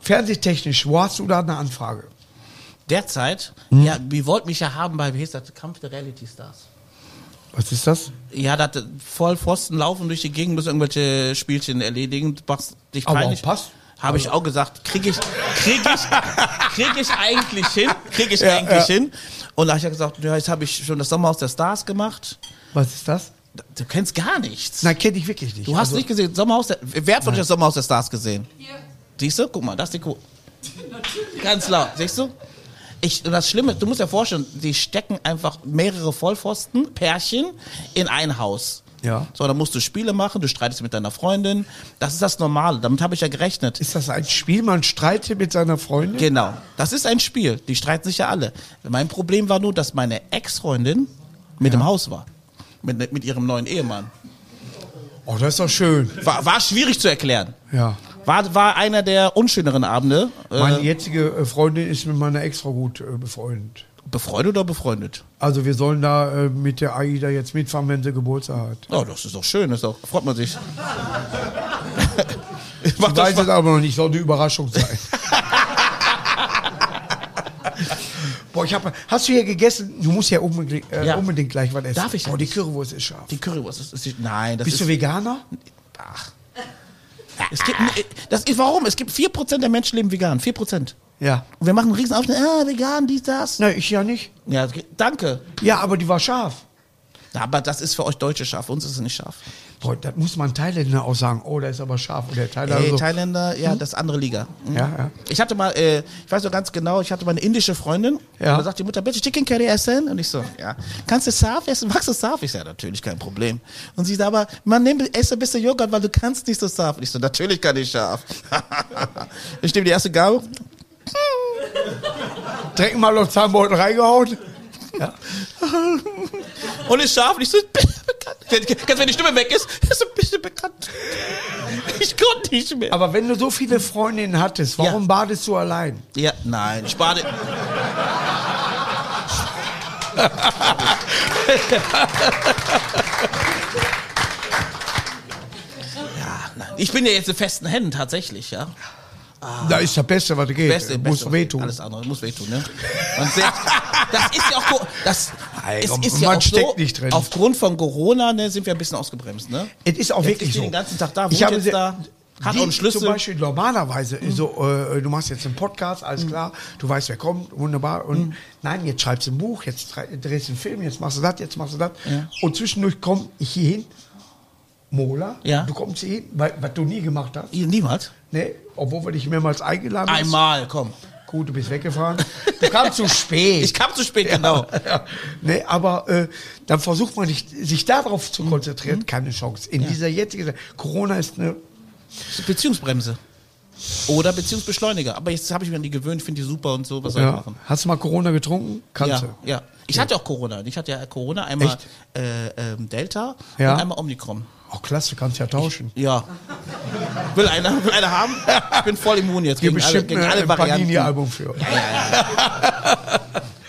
fernsehtechnisch, wo hast du da eine Anfrage? Derzeit, Hm. ja, ihr wollt mich ja haben bei, wie hieß das, Kampf der Reality Stars. Was ist das? Ja, da hat voll Pfosten laufen durch die Gegend, musst irgendwelche Spielchen erledigen, machst dich Aber peinlich. auch Also. passt. Habe ich auch gesagt, krieg ich, krieg ich, krieg ich eigentlich hin, krieg ich eigentlich hin. Und da habe ich ja gesagt, ja, jetzt habe ich schon das Sommerhaus der Stars gemacht. Was ist das? Du kennst gar nichts. Nein, kenne ich wirklich nicht. du hast Also, nicht gesehen, Sommerhaus der, wer hat von dir das Sommerhaus der Stars gesehen? Siehst du? Guck mal, das ist die Kuh. Ganz laut, siehst du? Ich, und das Schlimme, du musst dir vorstellen, die stecken einfach mehrere Vollpfosten, Pärchen, in ein Haus. Ja. So, dann musst du Spiele machen, du streitest mit deiner Freundin. Das ist das Normale, damit habe ich ja gerechnet. Ist das ein Spiel? Man streitet mit seiner Freundin? Genau, das ist ein Spiel, die streiten sich ja alle. Mein Problem war nur, dass meine Ex-Freundin mit im Haus war. Mit, mit ihrem neuen Ehemann. oh, das ist doch schön. War, war schwierig zu erklären. Ja. War, war einer der unschöneren Abende. Meine Äh, jetzige äh, Freundin ist mit meiner Ex-Frau gut äh, befreundet. befreundet oder befreundet? Also wir sollen da äh, mit der AIDA jetzt mitfahren, wenn sie Geburtstag hat. Ja, Oh, das ist doch schön, das ist doch, freut man sich. Ich Macht doch weiß es Spaß. aber noch nicht, soll eine Überraschung sein. Boah, ich hab, hast du hier gegessen? Du musst ja unbedingt, äh, Ja. unbedingt gleich was essen. Darf ich Boah, ja die nicht. Currywurst ist scharf. Die Currywurst ist, ist nicht, nein, das Bist du ist, Veganer? ach. Es gibt, das ist, warum? Es gibt 4% der Menschen leben vegan, 4%. Ja. Und wir machen einen riesen Aufschnitt, ah, vegan, dies, das. Na, ich ja nicht. Ja, es gibt- danke. Ja, aber die war scharf. Ja, Aber das ist für euch Deutsche scharf, für uns ist es nicht scharf. Boah, das muss man Thailänder auch sagen. Oh, der ist aber scharf. Und der Thailänder Ey, so, Äh, Thailänder, ja, das ist andere Liga. Mhm. Also- Hm? Ja, ja. Ich hatte mal, äh, ich weiß noch ganz genau, ich hatte mal eine indische Freundin. Ja. Und da sagt die Mutter, bitte Chicken Curry essen. Und ich so, ja. Kannst du scharf essen? Magst du scharf? Ich sage, ja, natürlich, kein Problem. Und sie sagt, aber man nimm, esse ein bisschen Joghurt, weil du kannst nicht so scharf. Und ich so, natürlich kann ich scharf. ich nehme die erste Gabel. direkt mal noch Zahnbeutel reingehauen. Und ist scharf. Und ich so, bekannt. Ganz wenn die Stimme weg ist, ist ein bisschen bekannt. Ich konnte nicht mehr. Aber wenn du so viele Freundinnen hattest, warum Ja. badest du allein? Ja, nein, ich bade. ja, nein. Ich bin ja jetzt in festen Händen tatsächlich, ja. Da ist das Beste, was geht. Ah. Beste, muss beste, wehtun. Alles andere muss wehtun, ne? Man sieht, das ist ja auch, co- das Nein, es komm, ist ja man auch so, steckt nicht drin. Aufgrund von Corona ne, sind wir ein bisschen ausgebremst, ne? Es ist auch Jetzt wirklich ist die so. den ganzen Tag da, wohnt ich habe jetzt sehr- da, hat die auch einen Schlüssel. Hm. Zum Beispiel normalerweise, so, äh, du machst jetzt einen Podcast, alles klar, du weißt, wer kommt, wunderbar. Und Hm. nein, jetzt schreibst du ein Buch, jetzt drei- drehst du einen Film, jetzt machst du das, jetzt machst du das. Und zwischendurch komme ich hier hin, Mola, Ja. du kommst hier hin, weil, was du nie gemacht hast, Niemand? ne? obwohl wir dich mehrmals eingeladen haben. Einmal, komm. Gut, du bist weggefahren. Du kamst zu spät. Ich kam zu spät, genau. Ja. Nee, aber äh, dann versucht man nicht, sich darauf Hm. zu konzentrieren. Keine Chance. In dieser jetzigen Zeit. Corona ist eine. Beziehungsbremse. Oder Beziehungsbeschleuniger. Aber jetzt habe ich mich an die gewöhnt, finde die super und so. Was soll ich Ja. machen? Hast du mal Corona getrunken? Kannst Ja, du. ja. Ich hatte auch Corona. Ich hatte ja Corona einmal Echt? äh, ähm, Delta Ja. und einmal Omikron. Oh, klasse, kannst ja tauschen. Ja. Will einer, will einer haben? Ich bin voll immun jetzt Hier gegen alle, bestimmt gegen ein alle Varianten. Pagini-Album für.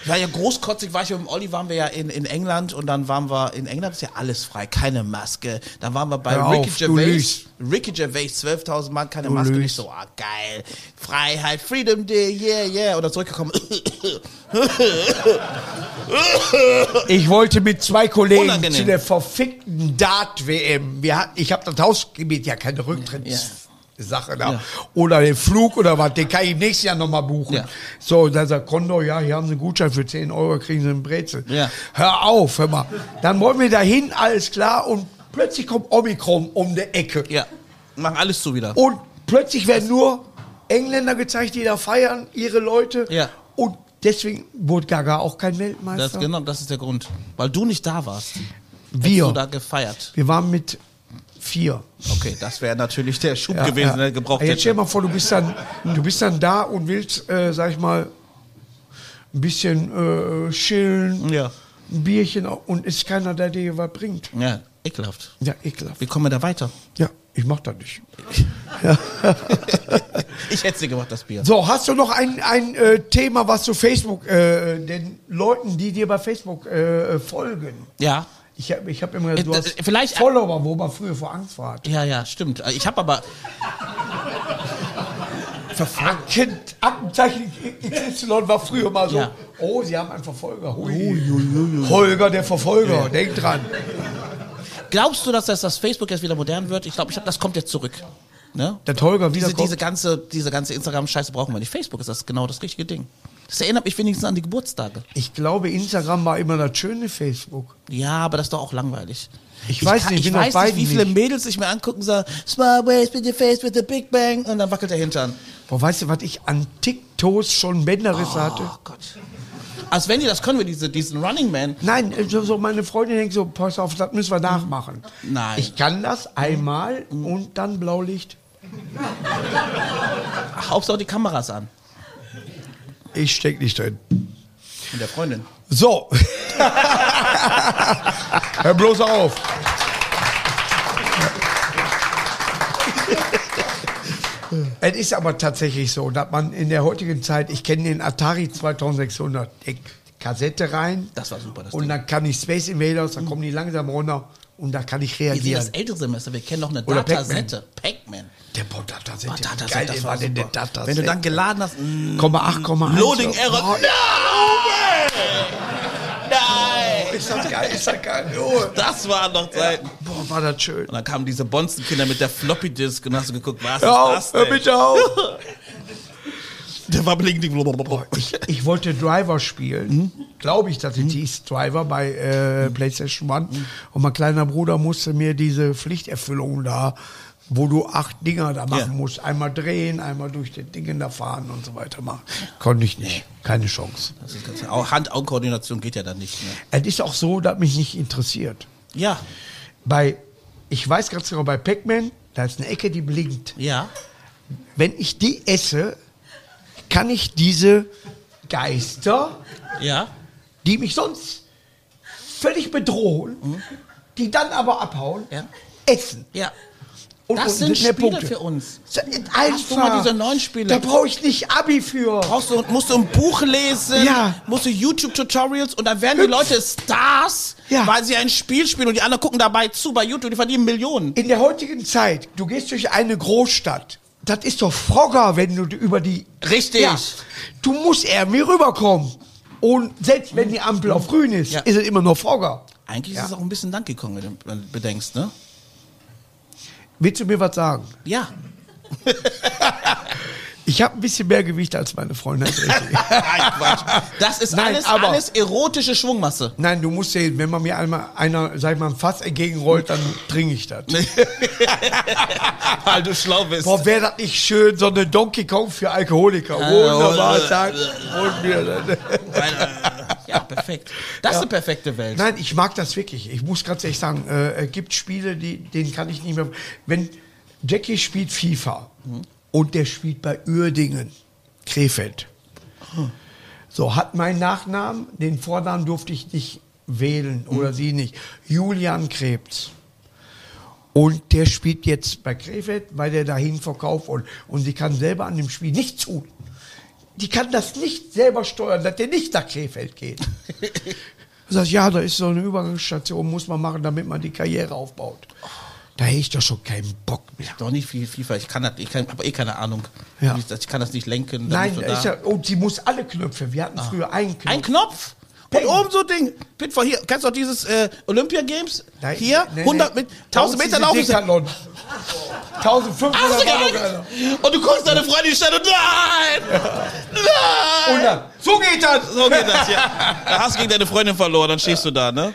Ich war ja großkotzig, war ich ja mit dem Olli, waren wir ja in, in England und dann waren wir, in England ist ja alles frei, keine Maske. Dann waren wir bei Hör Ricky auf, du Gervais. Ricky Gervais, 12.000 Mann, keine Maske. Und ich lügst. so, ah, geil. Freiheit, Freedom Day, yeah, yeah. Und dann zurückgekommen. Ich wollte mit zwei Kollegen Unangenehm. zu der verfickten Dart-WM. Wir hatten, ich habe das Hausgebiet ja keine Rücktrittssache da. Ja. Oder den Flug oder was, den kann ich nächstes Jahr nochmal buchen. Ja. So, dann sagt Kondor, ja, hier haben Sie einen Gutschein für 10 Euro, kriegen Sie einen Brezel. Ja. Hör auf, hör mal. Dann wollen wir dahin, alles klar, und plötzlich kommt Omikron um die Ecke. ja. Machen alles zu wieder. Und plötzlich werden nur Engländer gezeigt, die da feiern, ihre Leute. Ja. Und deswegen wurde Gaga auch kein Weltmeister. Das, genau, das ist der Grund. Weil du nicht da warst. Wir. Du da gefeiert. Wir waren mit vier. Okay, das wäre natürlich der Schub Ja, gewesen, ja. der gebraucht Jetzt hätte. stell dir mal vor, du bist dann, du bist dann da und willst, äh, sag ich mal, ein bisschen äh, chillen, Ja. ein Bierchen au- und ist keiner, der dir was bringt. Ja, ekelhaft. Ja, ekelhaft. Wie kommen wir da weiter? Ja, ich mach das nicht. Ich hätte dir gemacht, das Bier. So, hast du noch ein, ein äh, Thema, was zu Facebook, äh, den Leuten, die dir bei Facebook äh, äh, folgen? Ja. Ich habe ich hab immer Äh, du äh, hast vielleicht- Follower, wo man früher vor Angst war. Ja, ja, stimmt. Ich habe aber. Kind, Aktenzeichen XY war früher mal so. Ja. Oh, sie haben einen Verfolger. Hui. Holger, der Verfolger, denk dran. Glaubst du, dass das, dass Facebook jetzt wieder modern wird? Ich glaube, ich hab, das kommt jetzt zurück. Ne? Der Holger wieder Diese, diese ganze, diese ganze Instagram-Scheiße brauchen wir nicht. Facebook ist das genau das richtige Ding. Das erinnert mich wenigstens an die Geburtstage. Ich glaube, Instagram war immer das schöne Facebook. Ja, aber das ist doch auch langweilig. Ich weiß nicht, ich ich bin weiß auf nicht, beiden wie viele nicht. Mädels sich mir angucken und sagen, Smart Ways with your face with the Big Bang und dann wackelt der Hintern. Boah, weißt du, was ich an TikToks schon Bänderrisse hatte? Oh Gott. Als wenn die das können, wir diese, diesen Running Man. Nein, äh, so so meine Freundin denkt so, pass auf, das müssen wir nachmachen. Nein. Mhm. Ich kann das einmal und dann Blaulicht. Ach, Hauptsache die Kameras an. Ich steck nicht drin. Mit der Freundin. So. Hör bloß auf. es ist aber tatsächlich so, dass man in der heutigen Zeit, ich kenne den Atari 2600, die Kassette rein. Das war super, das Und Ding. dann kann ich Space Invaders, dann kommen die langsam runter und da kann ich Wir sind reagieren. das ältere Semester, wir kennen noch eine Oder Pac-Man. Datasette. Pac-Man. Der Boah, Datasette, Oh, wie Datasette, geil das der war war denn der super. Wenn du Datasette? dann geladen hast, mm, 8,1. Loading Error. Nein! Ist das geil, ist das geil. Oh. Das waren noch Zeiten. Boah, war das schön. Und dann kamen diese Bonzenkinder mit der Floppy Disk und hast du geguckt, was Hör auf, ist das hör denn? bitte auf. Der war blinkend. Ich, ich wollte Driver spielen. Glaube ich, dass es hieß Driver bei äh, PlayStation One. Und mein kleiner Bruder musste mir diese Pflichterfüllung da, wo du acht Dinger da machen Ja. musst. Einmal drehen, einmal durch den Dingen da fahren und so weiter machen. Konnte ich nicht. Keine Chance. Das ist ganz- Au- Hand-Augen-Koordination geht ja dann nicht mehr. Es ist auch so, dass mich nicht interessiert. Ja, Bei, ich weiß ganz genau, bei Pac-Man, da ist eine Ecke, die blinkt. ja. Wenn ich die esse, kann ich diese Geister Ja. die mich sonst völlig bedrohen, die dann aber abhauen, Mhm. Ja. essen. Ja. Und Das unten sind mehr Spiele für uns. So, Einfach. du mal diese neuen Spiele? Da brauche ich nicht Abi für. Brauchst du, musst du ein Buch lesen, Ja. musst du YouTube-Tutorials und dann werden die Leute Stars, Ja. weil sie ein Spiel spielen und die anderen gucken dabei zu bei YouTube, die verdienen Millionen. In der heutigen Zeit, du gehst durch eine Großstadt. Das ist doch Frogger, wenn du über die... Richtig. Ja, du musst irgendwie rüberkommen. Und selbst wenn die Ampel auf grün ist, Ja. ist es immer noch Frogger. Eigentlich Ja. ist es auch ein bisschen Donkey Kong, wenn du bedenkst, ne? Willst du mir was sagen? Ja. Ich habe ein bisschen mehr Gewicht als meine Freundin. das ist richtig. Nein, Quatsch. Das ist Nein, alles, aber- alles erotische Schwungmasse. Nein, du musst ja, wenn man mir einmal einer, sag ich mal, ein Fass entgegenrollt, dann trinke ich das. Weil du schlau bist. Boah, wäre das nicht schön, so eine Donkey Kong für Alkoholiker. Wunderbar, sag, und mir das. äh, ja, perfekt. Das ist eine perfekte Welt. Nein, ich mag das wirklich. Ich muss ganz ehrlich sagen, äh, es gibt Spiele, die, denen kann ich nicht mehr. Wenn Jackie spielt FIFA und der spielt bei Uerdingen, Krefeld. So, hat mein Nachnamen, den Vornamen durfte ich nicht wählen oder sie nicht. Julian Krebs. Und der spielt jetzt bei Krefeld, weil der dahin verkauft und, und sie kann selber an dem Spiel nicht zu. Die kann das nicht selber steuern, dass der nicht nach Krefeld geht. Du sagst, ja, da ist so eine Übergangsstation, muss man machen, damit man die Karriere aufbaut. Da hätte ich doch schon keinen Bock mehr. Doch nicht viel FIFA. Ich kann das, ich kann, habe eh keine Ahnung. Ja. Ich, ich kann das nicht lenken. da Nein, musst du ist da. Ah. ja, und sie muss alle Knöpfe. Wir hatten früher einen Knopf. Ein Knopf. Peng. Und oben so Ding. Pitfall hier. Kennst du auch dieses äh, Olympia Games? Nein, hier. nee, nee. 100 mit 1000 Bei uns Meter diese laufen. sie. Decathlon. 1500 Hast du Meter geil? Und du guckst deine Freundin schnell und nein! Nein! Und dann, so geht das. So geht das, ja. Da hast du gegen deine Freundin verloren, dann stehst du da, ne?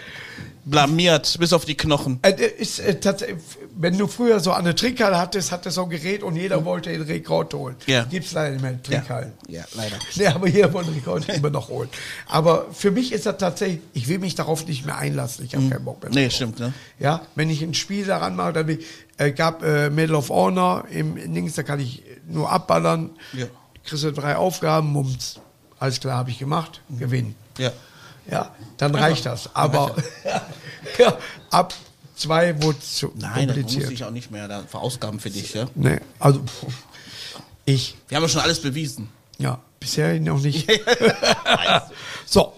Blamiert, bis auf die Knochen. Es Ist, äh, tatsächlich, wenn du früher so eine Trinkhalle hattest, hattest du so ein Gerät und jeder wollte den Rekord holen. Ja. Gibt es leider nicht mehr in Trinkhallen. Ja, leider. Nee, aber jeder wollte den Rekord immer noch holen. Aber für mich ist das tatsächlich, ich will mich darauf nicht mehr einlassen. Ich habe keinen Bock mehr. Mhm. Nee, stimmt, ne? Ja, wenn ich ein Spiel daran mache, dann bin ich, äh, gab äh, Medal of Honor im Links, da kann ich nur abballern. Ja. Kriegst du drei Aufgaben, mums. Alles klar, habe ich gemacht, Mhm. gewinnen. Ja. Ja, dann reicht das. Aber ja, ab zwei wurde es zu Nein, das muss kompliziert. ich auch nicht mehr da verausgaben für dich, ja? nee, also pff, ich, Wir haben ja schon alles bewiesen. ja, bisher noch nicht. so,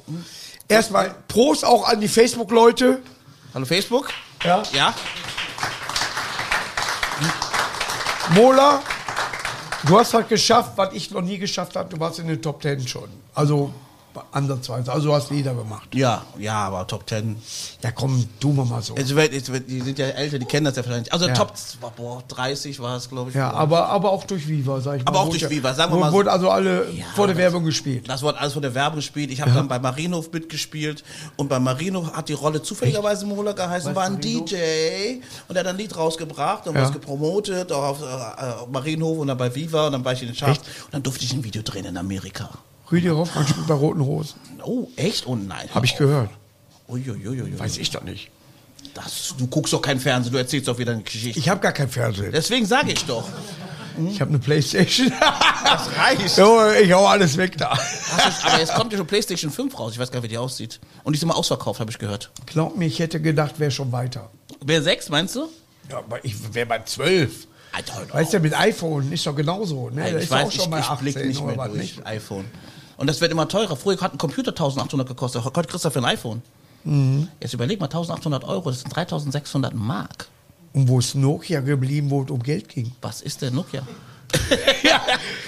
erstmal Prost auch an die Facebook-Leute. Hallo Facebook? Ja. Ja? Mola, du hast halt geschafft, was ich noch nie geschafft habe. Du warst in den Top Ten schon. Also ansatzweise. Also du hast Lieder gemacht. Ja, ja, aber Top 10. Ja, komm, tun wir mal so. Also, weil- jetzt, weil die sind ja älter, die kennen das ja vielleicht nicht. Also Ja. Top boah, 30 war es, glaube ich. Ja, aber, aber auch durch Viva, sag ich mal. Aber auch Wurde durch ja- Viva, sagen wir wurde- mal so. Wurde also alle Ja, vor der aber- Werbung gespielt. Das wurde alles von der Werbung gespielt. Ich habe dann bei Marienhof mitgespielt und bei Marienhof hat die Rolle zufälligerweise Mola geheißen, war ein DJ und der hat ein Lied rausgebracht und Ja. was gepromotet auch auf, äh, auf Marienhof und dann bei Viva und dann war ich in den Charts und dann durfte ich ein Video drehen in Amerika. Rüdiger Hoffmann spielt bei Roten Rosen. Oh, echt? Oh nein. Habe ich gehört. Uiuiuiui. Weiß ich doch nicht. Das, du guckst doch kein Fernsehen, du erzählst doch wieder eine Geschichte. Ich habe gar kein Fernsehen. Deswegen sage ich doch. Ich habe eine Playstation. Das reicht. Junge, ich hau alles weg da. Das ist, aber jetzt kommt ja schon PlayStation 5 raus. Ich weiß gar nicht, wie die aussieht. Und die ist immer ausverkauft, habe ich gehört. Glaub mir, ich hätte gedacht, wäre schon weiter. Wer 6, meinst du? Ja, aber ich wäre bei zwölf. I don't know. Weißt du, mit iPhone ist doch genauso. Ne? Nein, Da ich ist weiß, auch schon ich, mal ich blick 18 nicht mehr oder was, durch nicht? iPhone. Und das wird immer teurer. Früher hat ein Computer 1800 gekostet. Heute kriegst du dafür ein iPhone. Mhm. Jetzt überleg mal, 1800 Euro, das sind 3600 Mark. Und wo ist Nokia geblieben, wo es um Geld ging? Was ist der Nokia?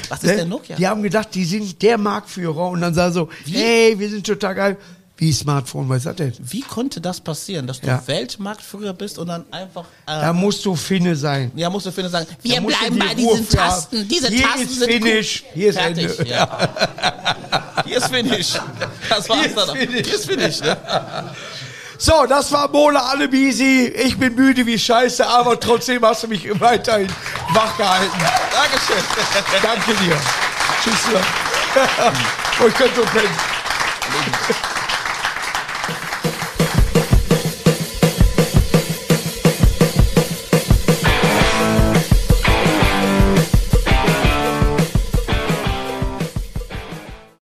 Was ist Ne? der Nokia? Die haben gedacht, die sind der Marktführer. Und dann sah so, hey, wir sind total geil. Wie Smartphone, was ist das denn? Wie konnte das passieren, dass du Ja. Weltmarktführer bist und dann einfach... Äh, Da musst du Finne sein. ja, musst du Finne sagen, Da wir musst du bleiben die bei Ruhe diesen für haben. Tasten. Diese Hier Tasten ist sind gut. Finish, hier ist Fertig, Ende. Ja. Hier ist Finish. Das war's Hier ist dann. auch. Finish. Hier ist Finish, ne? So, das war Mola Alebisi. Ich bin müde wie Scheiße, aber trotzdem hast du mich weiterhin wach gehalten. Dankeschön. Danke dir. Tschüss. Und ich könnte so pennen.